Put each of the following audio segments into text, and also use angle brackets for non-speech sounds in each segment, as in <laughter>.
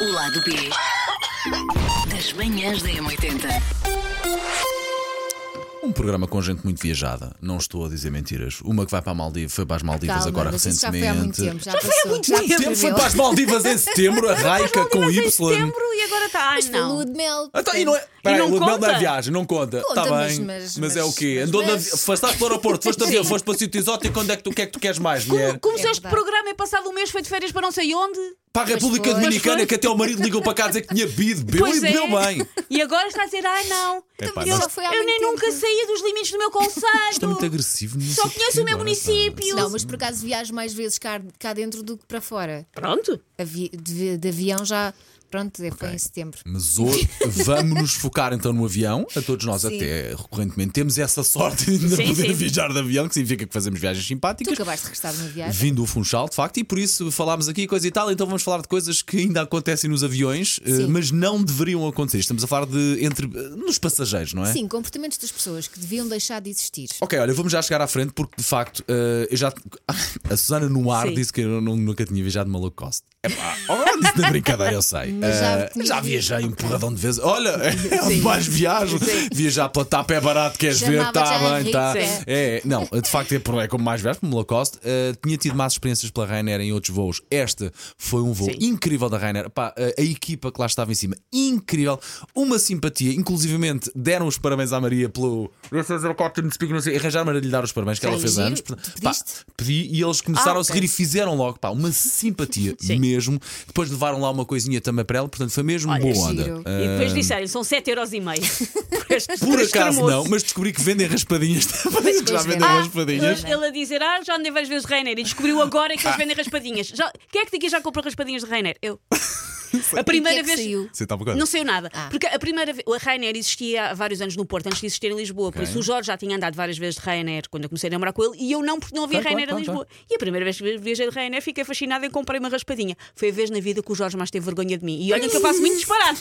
O lado B das manhãs da M80. Um programa com gente muito viajada, não estou a dizer mentiras. Uma que vai para a Maldivas, foi para as Maldivas Calma, agora mas isso já recentemente. foi há muito tempo, já, passou. Há muito tempo, percebeu. foi para as Maldivas em setembro, a Raica com Mas em Y. setembro e agora está. Ai, Mas foi lua Ah, não. de mel. Então, e não é, peraí, não o Mel não é conta? viagem, não conta. Conta, Está mas- bem. mas- mas é o quê? mas- Andou na, mas- afastaste para o aeroporto, foste de avião, foste para o sítio exótico, onde é que tu, o que é que tu queres mais, mulher? Como, como se É este verdade. programa é passado um mês, foi de férias para não sei onde. Para a República foi. Dominicana, Pois que até o marido ligou para cá dizer que tinha bebido, bebeu Pois e é. bebeu bem. E agora está a dizer, ai não. Epá, Então, mas nós- só foi há Eu muito nem tempo. nunca saía dos limites do meu Está é muito conselho. agressivo. não é? sei Só conheço porquê, o meu agora, pá. município. Não, mas por acaso viajo mais vezes cá, cá dentro do que para fora. Pronto. Avi- de, de avião já. Pronto, é, foi em setembro. Mas hoje vamos nos focar então no avião. A todos nós, Sim. até recorrentemente, temos essa sorte de ainda Sim, poder sim. viajar de avião, que significa que fazemos viagens Tu simpáticas. acabaste de regressar de uma viagem. Vindo o Funchal, de facto, e por isso falámos aqui coisa e tal, então vamos falar de coisas que ainda acontecem nos aviões, eh, Sim. mas não deveriam acontecer. Estamos a falar de entre eh, nos passageiros, não é? Sim, comportamentos das pessoas que deviam deixar de existir. Ok, olha, vamos já chegar à frente porque de facto eh, eu já. <laughs> A Susana no ar Sim. disse que eu não- nunca tinha viajado de uma low cost. É <laughs> pá, olha, disse na brincadeira, eu sei. Mas já Eh, tinha já ido. viajei um porradão de vezes. Olha, <laughs> é onde mais viajo. Viajar pela TAP é barato, queres ver? Chamava-te Está já bem, está. rico, É, não, de facto é, por- é como mais viajo, como low cost. Eh, tinha tido más experiências pela Ryanair em outros voos. Este foi um voo Sim. incrível da Rainer. Pá, eh, a, a equipa que lá estava em cima, incrível. Uma simpatia. Inclusivamente deram os parabéns à Maria pelo. This is a cotton speak, não sei. Arranjaram para lhe dar os parabéns que ela fez giro. anos. Tu Pá, pediste? pedi e eles começaram Ah, a se ok. rir e fizeram logo. Pá, uma simpatia <laughs> Sim. mesmo. Depois levaram lá uma coisinha também para ela. Portanto, foi mesmo Olha, boa giro. onda. Eh, E depois disseram, <laughs> são 7,5€. Por, este- Ah. Por este acaso tremoço. não, mas descobri que vendem <laughs> raspadinhas. Parece que já vendem. vendem Ah, raspadinhas. Hoje Ele a dizer, ah, já andei várias vezes Rainer e descobriu agora Ah. que eles vendem raspadinhas. Já, quem é que daqui já comprou raspadinhas de Rainer? <laughs> Eu. A primeira E o que é que vez. saiu? Você está bocado. Não saiu nada. Ah. Porque a primeira vez. A Ryanair existia há vários anos no Porto, antes de existir em Lisboa. Por Ok. isso o Jorge já tinha andado várias vezes de Ryanair quando eu comecei a namorar com ele e eu não, porque não havia Claro, Ryanair claro, em claro, Lisboa. E a primeira vez que viajei de Ryanair fiquei fascinada e comprei uma raspadinha. Foi a vez na vida que o Jorge mais teve vergonha de mim. E olha que eu faço <laughs> muito disparate.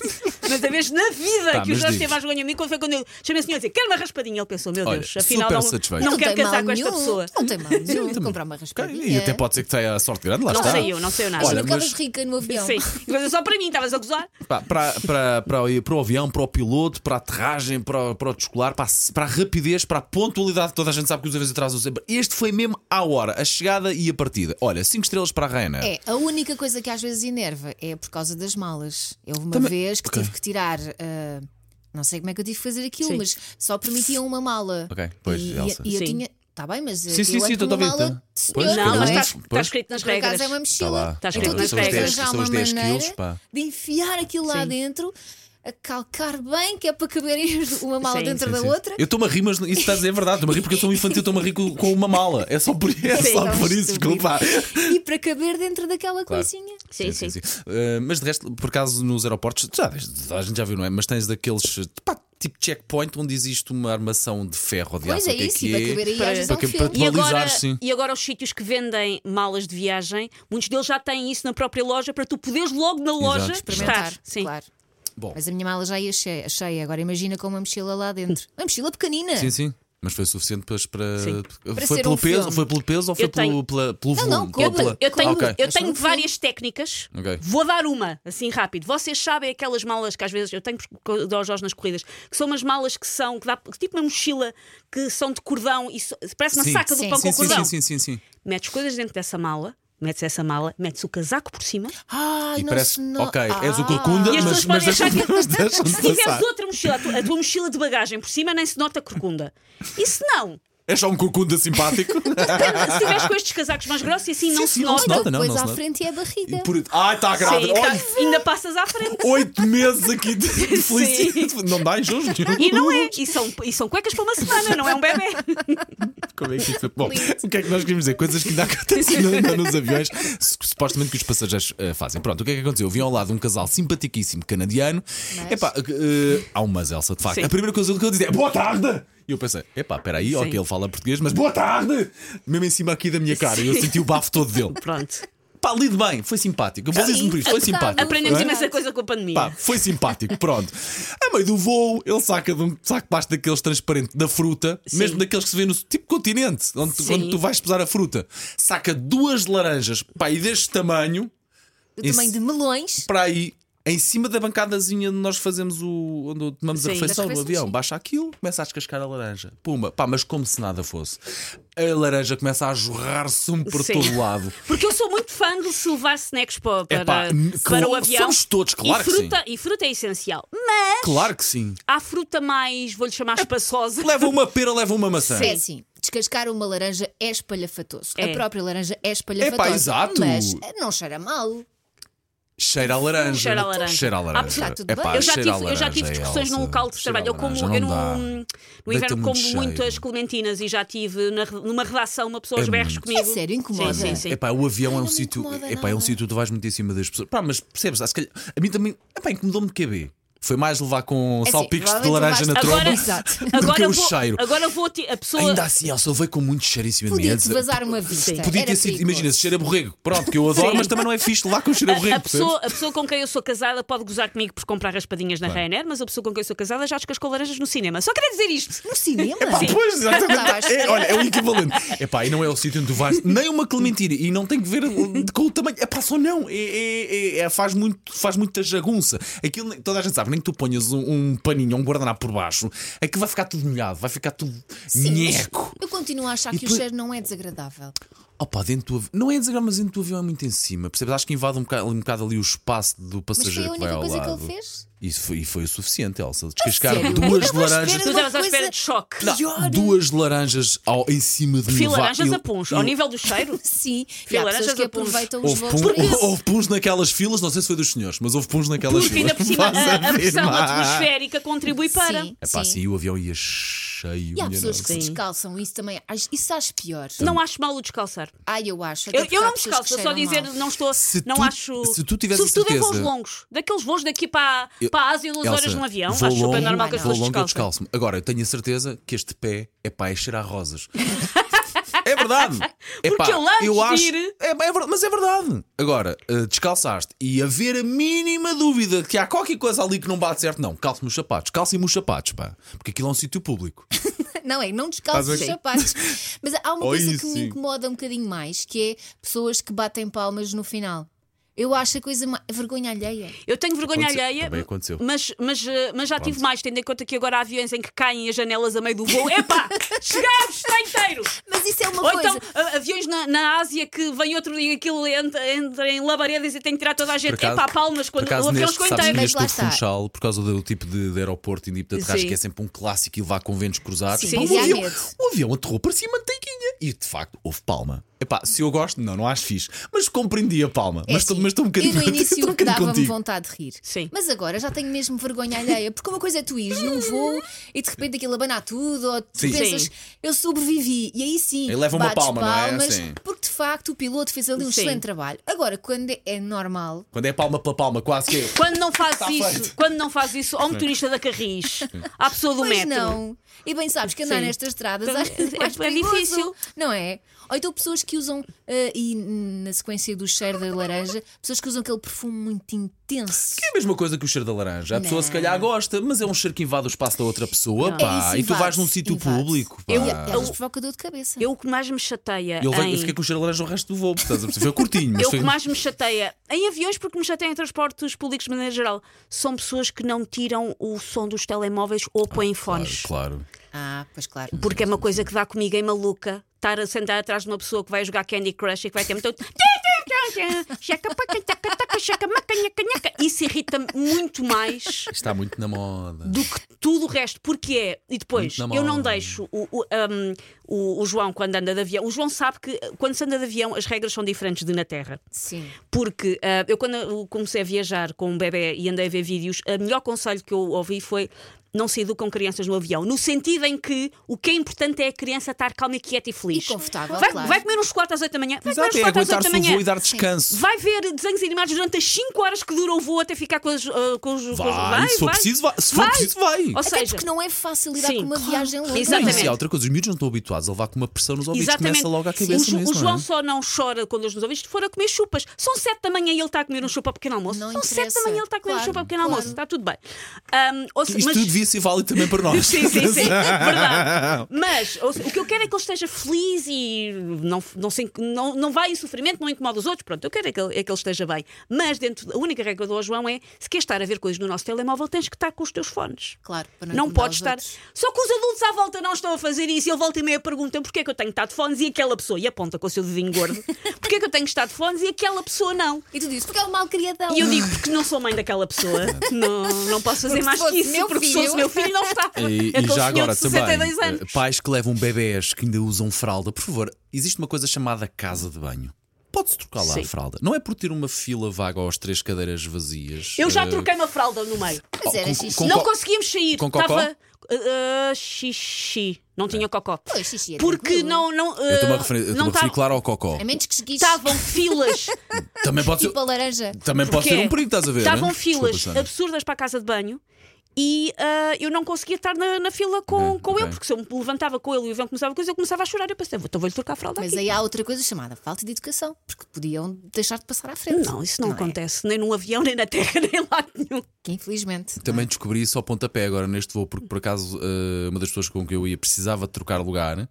Mas a vez na vida Tá, que o mas Jorge diz. teve mais vergonha de mim, quando foi quando eu chamei o senhor a dizer, quero uma raspadinha. Ele pensou, meu Olha, Deus, afinal super não, satisfeito. não Não quero tem mal casar com esta nenhum. pessoa. Não tem <laughs> mal nenhum de também. comprar uma raspadinha. E até pode ser que tenha a sorte grande, lá Não está. saiu, não saiu nada. Olha, Olha, ficavas mas- rica no avião. Sim, coisa só para mim, estavas a gozar. Pá, para, para, para, o- para o avião, para o piloto, para a aterragem, para, o- para o descolar, para a, para a rapidez, para a pontualidade. Toda a gente sabe que os aviões atrasam sempre. Este foi mesmo à hora, a chegada e a partida. Olha, 5 estrelas para a Reina. É, a única coisa que às vezes enerva é por causa das malas. Eu uma Também- vez que Ok. tive que tirar. ah, não sei como é que eu tive que fazer aquilo, Sim. mas só permitiam uma mala. Ok, pois, e, Elsa. E, e eu Sim. tinha. Está bem, mas. Sim, sim, eu sim, ando estou com a uma ouvir, mala tá. de Pois, senhor, cada Não, um. mas é? está, está Pois. escrito nas Por regras. acaso é uma Está Tá lá. mochila. Está escrito então tens nas que regras. arranjar São uma os 10 maneira quilos, pá. de enfiar aquilo lá Sim. dentro, a calcar bem, que é para caberem <laughs> uma mala Sim. dentro Sim, da sim. outra. Eu estou-me a rir, mas isso está a dizer a verdade. Estou-me a rir porque eu sou um infantil, estou-me a rir com, com uma mala. É só por, é Sim, só tão por isso, estúpido. desculpa. E para caber dentro daquela Claro. coisinha. Sim, sim. Uh, mas de resto, por acaso, nos aeroportos, já, a gente já viu, não é? Mas tens daqueles pá, tipo checkpoint onde existe uma armação de ferro de Pois aço, é o que isso, que e vai caber aí Para- às vezes para há um que- para- filme. E agora, Balizar, sim. e agora os sítios que vendem malas de viagem, muitos deles já têm isso na própria loja para tu poderes logo na loja experimentar, testar. Sim. claro. Bom, Mas a minha mala já ia cheia, cheia. Agora imagina com uma mochila lá dentro. Uma mochila pequenina. sim, sim. Mas foi suficiente para. para- é. Sim. Para foi, ser pelo um peso, filme. foi pelo peso ou foi Eu pelo, tenho- pela- pelo Não, volume? não, Ou Eu, como? pela- eu tenho, Ah, ok. eu Mas tenho são várias técnicas. Ok. Vou dar uma, assim rápido. Vocês sabem aquelas malas que às vezes eu tenho porque dou aos Jorge nas corridas, que são umas malas que são, que dá, tipo uma mochila, que são de cordão e so- parece uma Sim. saca Sim. do pão Sim, com sim, cordão. sim, sim, sim, sim. Metes coisas dentro dessa mala, metes essa mala, metes o casaco por cima. Ah, Ai, E não parece, se no- ok, Ah. és o corcunda, E mas, as pessoas mas podem achar deixa-me <laughs> que- mas <laughs> deixa-me Se tiveres passar. outra mochila, a tua, a tua mochila de bagagem por cima, nem se nota a corcunda. E se não, É só um corcunda simpático. se tiveres com estes casacos mais grossos e assim Sim, sim, não se não se nota. Nota, Então não, depois não se à nota. frente é a barriga. E por- Ai, está grávida. Sim, Olha, tá- ainda passas à frente. oito meses aqui de felicidade. Não dá enjoo nenhum. E não é. E são, e são cuecas para uma semana, não é um bebê. Como é que isto é? Bom, o que é que nós queremos dizer? Coisas que ainda acontecem no- no- nos aviões, su- supostamente que os passageiros eh, fazem. Pronto, o que é que aconteceu? Eu vi ao lado um casal simpaticíssimo canadiano. Epá, eh, há um mas, Elsa, de facto. Sim. A primeira coisa que eu dizia é boa tarde! E eu pensei, epá, peraí, ok, ele fala português, mas boa tarde! Mesmo em cima aqui da minha cara, eu senti o bafo todo dele. Pronto. Pá, lido bem, foi simpático. Eu vou dizer por isto, foi impecável. simpático. é? Aprendemos Hã? imensa coisa com a pandemia. Pá, foi simpático, pronto. A meio do voo, ele saca de um saco baixo daqueles transparente da fruta, Sim. mesmo daqueles que se vê no tipo continente, onde tu, Sim. quando tu vais pesar a fruta. Saca duas laranjas, pá, e deste tamanho, Do Isso. tamanho de melões. para aí. Em cima da bancadazinha onde nós fazemos o. onde tomamos a Sim, refeição das do refeições, avião. sim. Baixa aquilo, começa a descascar a laranja. Pumba, pá, mas como se nada fosse. A laranja começa a jorrar sumo por Sim. todo lado. Porque eu sou muito fã de se levar snacks <laughs> para, para, Epá, n- para o cl- avião. somos todos, claro e que fruta, E fruta é essencial. Mas Claro que sim. há fruta mais, vou-lhe chamar espaçosa. Leva uma pera, leva uma maçã. É assim, descascar uma laranja é espalhafatoso. É. A própria laranja é espalhafatosa. Epá, exato. Mas eh, não cheira mal. Cheira a laranja. Cheira a laranja. Cheira a laranja. Ah, está tudo bem. Epá, Eu já, cheira tive, a eu já tive laranja, discussões Elsa. num local de Cheira trabalho. a Eu como, laranja, eu não hum, no, dá. no inverno Deita-me como cheiro. muitas clementinas e já tive na re- numa redação uma pessoa aos É berros muito. comigo. É sério, incomoda. Sim, sim, sim. Epá, o avião é um não me sítio. incomoda Epá, é um nada. sítio onde tu vais muito em cima das pessoas. Pá, mas percebes, ah, se calhar, a mim também. Epá, incomodou-me QB. Foi mais levar com É assim, salpicos de provavelmente laranja na vais- tromba Agora, Exato. do que agora, o vou, cheiro. agora vou. ti- A pessoa. Ainda assim, Elsa veio com muito cheiro em cima de mim. Podia-te Antes- vazar uma vista. Podia Era ter sido, perigoso. imagina, se cheira a borrego. Pronto, que eu adoro, mas também não é fixe lá com cheiro a borrego. <laughs> A pessoa, a pessoa com quem eu sou casada pode gozar comigo por comprar raspadinhas na Ryanair, mas a pessoa com quem eu sou casada já descascou laranjas no cinema. Só queria dizer isto. No cinema? Pá, Ah, pois, Estava exatamente. a É, olha, é o equivalente. É pá, e não é o sítio onde tu vais, nem uma clementina, e não tem que ver com o tamanho. É pá, só não. É, é- é- é- faz, muito, faz muita jagunça. Aquilo, nem- toda a gente sabe, nem que tu ponhas um, um paninho, um guardanapo por baixo, aquilo vai ficar tudo molhado, vai ficar tudo Sim, mas nheco. Eu continuo a achar E que depois- o cheiro não é desagradável. Oh pá, dentro do avião, não é desagradável, mas dentro do avião é muito em cima, percebes? Acho que invade um bocado, um bocado ali o espaço do Mas foi passageiro a que vai única ao coisa que lado. ele fez? Isso foi, e foi o suficiente, Elsa. Descascar sério? Então, duas Eu não espero laranjas. Tu Uma estavas à espera coisa- de choque. Não, pior. duas laranjas ao, em cima de Fio mim. Vá, laranjas eu- a punch, eu- ao nível do <laughs> cheiro. Sim. E há laranjas pessoas que a punhos. aproveitam os Houve, voos pun, por isso. houve puns naquelas filas, não sei se foi dos senhores, mas houve puns naquelas Porque filas. ainda por cima <laughs> Vais a, a pressão afirmar. atmosférica contribui para. Sim, É pá, sim. assim o avião ia cheio. E há minha pessoas que nossa. se Sim. descalçam, isso também. acho- Isso acho pior. Não acho mal o descalçar. Ai, eu acho. até Eu, porque eu há não me pessoas que descalço, é só dizer, cheiram mal. não estou. Se não tu- acho. se tu tivesse Sobretudo em voos certeza- longos. Daqueles voos daqui para, Eu- para a Ásia, duas Elsa, horas num avião. Acho vou super longo, normal que as vou pessoas longo, eu descalçam. descalço-me. Agora, eu tenho a certeza que este pé é pá, é cheirar a <laughs> rosas. É verdade. É Porque pá, ele antes eu de acho, ir- É, é verdade, mas é verdade. Agora, eh, descalçaste e haver a mínima dúvida que há qualquer coisa ali que não bate certo, não. Calce-me os sapatos, calce-me os sapatos, pá. Porque aquilo é um sítio público. Não é, não descalço Faz os bem. sapatos. Mas há <laughs> uma Oh, coisa isso que me sim. incomoda um bocadinho mais, que é pessoas que batem palmas no final. Eu acho a coisa ma- vergonha alheia. Eu tenho vergonha Aconteceu. alheia. Também aconteceu. Mas, mas, eh, mas já tive Pronto. mais, tendo em conta que agora há aviões em que caem as janelas a meio do <laughs> voo. Epá! Chegámos, está inteiro! Mas isso é uma Ou coisa. então a- aviões na, na Ásia que vem outro dia aquilo entra, entra em labaredas e tem que tirar toda a gente. acaso- Epá, É palmas Por quando acaso, o avião neste, ficou sabes que inteiro. Mas neste lá do está. Funchal, por causa do tipo de, de aeroporto e de para trás, Sim. que é sempre um clássico e levar com ventos cruzados. Sim, Pá, e o, há avião, medo. o avião aterrou parecia manteiguinha e de facto houve palma. Epá, se eu gosto, não, não acho fixe. Mas compreendi a palma. É mas estou assim, mas estou um bocadinho, <laughs> Eu no estou um início bocadinho dava-me contigo. vontade de rir. Sim. Mas agora já tenho mesmo vergonha alheia. Porque uma coisa é tu ires num voo e de repente aquilo abana tudo, ou tu Sim. pensas, Sim. eu sobrevivi. E aí sim, Aí leva uma bates palma, não é? palmas, Sim. porque de facto o piloto fez ali um Sim. excelente trabalho. Agora, quando é normal, Quando é palma para palma, quase que é. <laughs> Quando não faz Está isso, feito. quando não faz isso, ao motorista da Carris, à pessoa do Pois metro. não. E bem sabes que andar Sim. nestas estradas Então, às vezes é- é, mais é perigoso, difícil. Não é? Ou então pessoas que usam, eh, e hum, na sequência do cheiro da laranja, pessoas que usam aquele perfume muito intenso. É a mesma coisa que o cheiro da laranja. A pessoa Não. se calhar gosta, mas é um cheiro que invade o espaço da outra pessoa. Não. Pá, É isso, e tu vais invade-se, num sítio invade-se. público. Pá. Eu, e elas provoca dor de cabeça. Eu o que mais me chateia. Eu, levei- em... eu fiquei com o cheiro de laranja o resto do voo, estás a perceber? Foi curtinho, mas Eu foi. que mais me chateia em aviões, porque me chateia em transportes públicos de maneira geral, são pessoas que não tiram o som dos telemóveis ou põem Ah, Claro, fones. claro. Ah, pois claro. Porque é uma coisa que dá comigo em maluca. Estar a sentar atrás de uma pessoa que vai jogar Candy Crush e que vai ter <laughs> muito. Isso irrita-me muito mais Está muito na moda. do que tudo o resto, porque é. E depois, Muito na é? eu não moda. deixo o, o, um, o- o João quando anda de avião. O João sabe que uh, quando se anda de avião as regras são diferentes de na Terra. Sim. Porque ah, eu, quando eu comecei a viajar com um bebê e andei a ver vídeos, o melhor conselho que eu ouvi foi. Não se educam crianças no avião, no sentido em que o que é importante é a criança estar calma, quieta e feliz. E confortável, vai, claro. vai comer uns chocolate às 8 da manhã, vai Exato, é comer uns aguentar-se chocolates às 8 o da manhã. voo e dar descanso. Vai ver desenhos animados durante as 5 horas que dura o voo até ficar com, as, ah, com os. com os- Vai, se for preciso, vai. Se for preciso, vai. consigo. Ou Até seja, porque não é fácil lidar Sim, com uma claro. viagem longa. Não, Exatamente. Isso é outra coisa. Os miúdos não estão habituados a levar com uma pressão nos ouvidos. Exatamente. Começa logo à Sim. cabeça o, Ju- nisso, o não é? João só não chora quando eles nos ouvem, se for a comer chupas. São sete da manhã e ele está a comer um chupa ao pequeno almoço. Não São sete interessa. da manhã e ele está a comer um Claro, chupa ao pequeno claro. almoço. Está tudo bem. Ahm, ou se- Isto mas- tudo devia ser válido também para nós. <laughs> Sim, <laughs> sim, sim. Verdade. Mas ou seja, o que eu quero é que ele esteja feliz e não, não, se, não, não vá em sofrimento, não incomoda os outros. Pronto, eu quero é que, ele, é que ele esteja bem. Mas dentro, a única regra do João é: se queres estar a ver coisas no nosso telemóvel, tens que estar com os teus fones. Claro, é para não Não incomodar podes os estar. outros. Só que os adultos à volta não estão a fazer isso. E ele volta e meia pergunta porquê é que eu tenho que estar de fones e aquela pessoa, e aponta com o seu dedinho gordo, <laughs> porquê é que eu tenho que estar de fones e aquela pessoa não. E tu dizes, porque é um mal criadão. E eu digo porque não sou mãe daquela pessoa. não, não posso Porque fazer mais se que fosse isso. meu porque se filho- fosse meu filho não está. <laughs> E, Aquele e já senhor agora de também, 62 anos. eh, pais que levam bebés que ainda usam fralda, por favor, existe uma coisa chamada casa de banho. Pode-se trocar lá Sim. a fralda. Não é por ter uma fila vaga ou as três cadeiras vazias. Eu já eh, troquei uma fralda no meio. Mas era com- xixi. com- não co- conseguíamos sair. com cocó? Estava ah, xixi. Não tinha cocó. Pois, xixi é Porque tranquilo. não. não ah, né? Eu estou-me a referir, eu não estou-me a referir tá- claro ao cocó. A menos que chegues Estavam <laughs> filas. Também pode ser, tipo a laranja. Tá também pode Porque ser um perigo, estás a ver? Estavam né? Desculpa, filas Sandra. absurdas para a casa de banho. E ah, eu não conseguia estar na, na fila com, Ok, com Hum, ok. ele, porque se eu me levantava com ele e o Ivan começava a coisa, eu começava a chorar. Eu pensei, "Vou- então vou-lhe trocar a fralda. Mas aqui." aí há outra coisa chamada falta de educação, porque podiam deixar de passar à frente. Não, isso não, é? acontece nem num avião, nem na terra, <laughs> nem lá nenhum. Que infelizmente. Então- Também descobri isso ao pontapé agora neste voo, porque por acaso eh, uma das pessoas com quem eu ia precisava de trocar lugar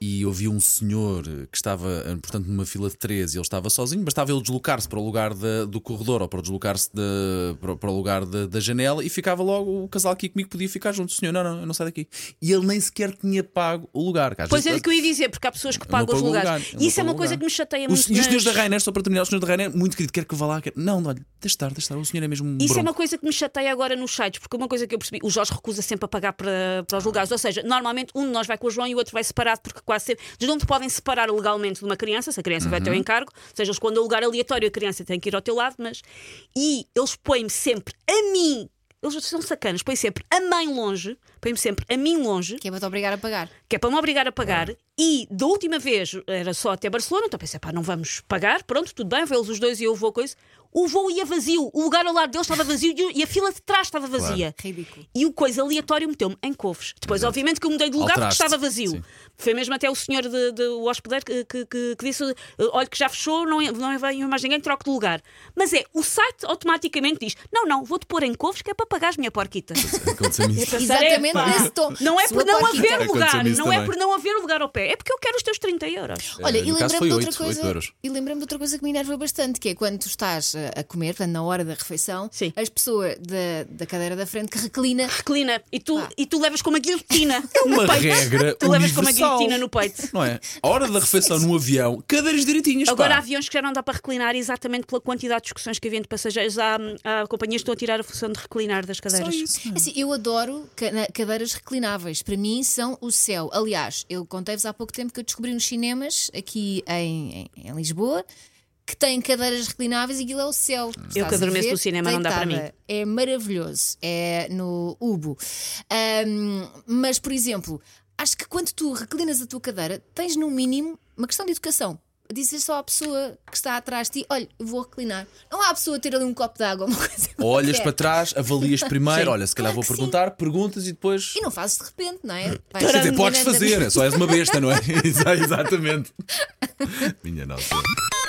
e ouvi um senhor eh, que estava, eh, portanto, numa fila de 13 e ele estava sozinho, mas estava ele deslocar-se para o lugar da- do corredor ou para deslocar-se da- para, para o lugar da, da janela e ficava logo o casal aqui comigo podia ficar junto. Senhor, não, não, eu não saio daqui. E ele nem sequer tinha pago o lugar. que às Pois é vezes- o que eu ia dizer, porque há pessoas que Eu pagam não os pago o lugares. lugar, eu E isso é não uma pago o coisa lugar. que me chateia Os- muito. e os senhores da nas- Rainer, só para terminar, os senhores da Rainer, muito querido, quero que eu vá lá. quero- Não, olha, deixa estar, deixa estar. O senhor é mesmo. um Isso é bronco. uma coisa que me chateia agora nos sites, porque uma coisa que eu percebi, o Jorge recusa sempre a pagar para, para os lugares. Ou seja, normalmente um de nós vai com o João e o outro vai separado, porque quase sempre. Eles não te podem separar legalmente de uma criança, se a criança vai ao teu encargo. Ou seja, eles quando é lugar aleatório, a criança tem que ir ao teu lado, mas. E eles põem-me sempre a mim. Eles são sacanas, põem sempre a mãe longe, põem-me sempre a mim longe. Que é para te obrigar a pagar. que é para me obrigar a pagar. E da última vez era só até Barcelona, então pensei, pá, não vamos pagar, pronto, tudo bem, vão eles os dois e eu vou com isso. O voo ia vazio, o lugar ao lado deles estava vazio e o- e a fila de trás estava vazia. Ridículo. E o coisa aleatório meteu-me em couves. Depois, obviamente, que eu mudei de lugar Alteraste, porque estava vazio. sim. Foi mesmo até o senhor de, de- o hospedeiro que, que- que- que disse: "Eh, olha, que já fechou, não, é, não vem mais ninguém, troco de lugar. Mas é, o site automaticamente diz: não, não, vou-te pôr em couves que é para pagares minha porquita. <laughs> Aconteceu-me isso. Exatamente Epá. nesse tom. é Não é Sua por não porquita. haver lugar, Aconteceu-me isso não é também. por não haver lugar ao pé, é porque eu quero os teus 30 euros. Olha, Eh, e no caso lembrei-me foi de outra oito, coisa. oito euros. E lembrei-me de outra coisa que me enerva bastante, que é quando tu estás eh, a comer, portanto, na hora da refeição, Sim. as pessoas da, da cadeira da frente que reclina. Reclina, e tu, Pá. e tu levas com uma guilhotina. <laughs> É uma no peito. regra um Tu levas com uma universal. guilhotina no peito. Não é? A hora da refeição no avião, cadeiras direitinhas. Agora há pá. aviões que já não dá para reclinar exatamente pela quantidade de discussões que havia entre passageiros. Há, há companhias que estão a tirar a função de reclinar das Só cadeiras. isso. Assim, eu adoro cana- cadeiras reclináveis. Para mim são o céu. Aliás, eu contei-vos há pouco tempo que eu descobri nos cinemas, aqui em, em- em Lisboa, que têm cadeiras reclináveis e aquilo é o céu. Estás que a adormeço ver, no cinema, não dá para deitada. mim. É maravilhoso. É no Ubo. Ahm, mas, por exemplo, acho que quando tu reclinas a tua cadeira, tens no mínimo uma questão de educação. Dizer só à pessoa que está atrás de ti: olha, eu vou reclinar. Não há a pessoa ter ali um copo de água, <laughs> uma coisa. Olhas qualquer. para trás, avalias primeiro. Olha, se calhar Claro vou que sim. perguntar, perguntas e depois. E não fazes de repente, não é? Vai Hum. Quer dizer, ser podes grande- fazer, é só és uma besta, não é? <laughs> Exa- Exatamente. Minha nossa.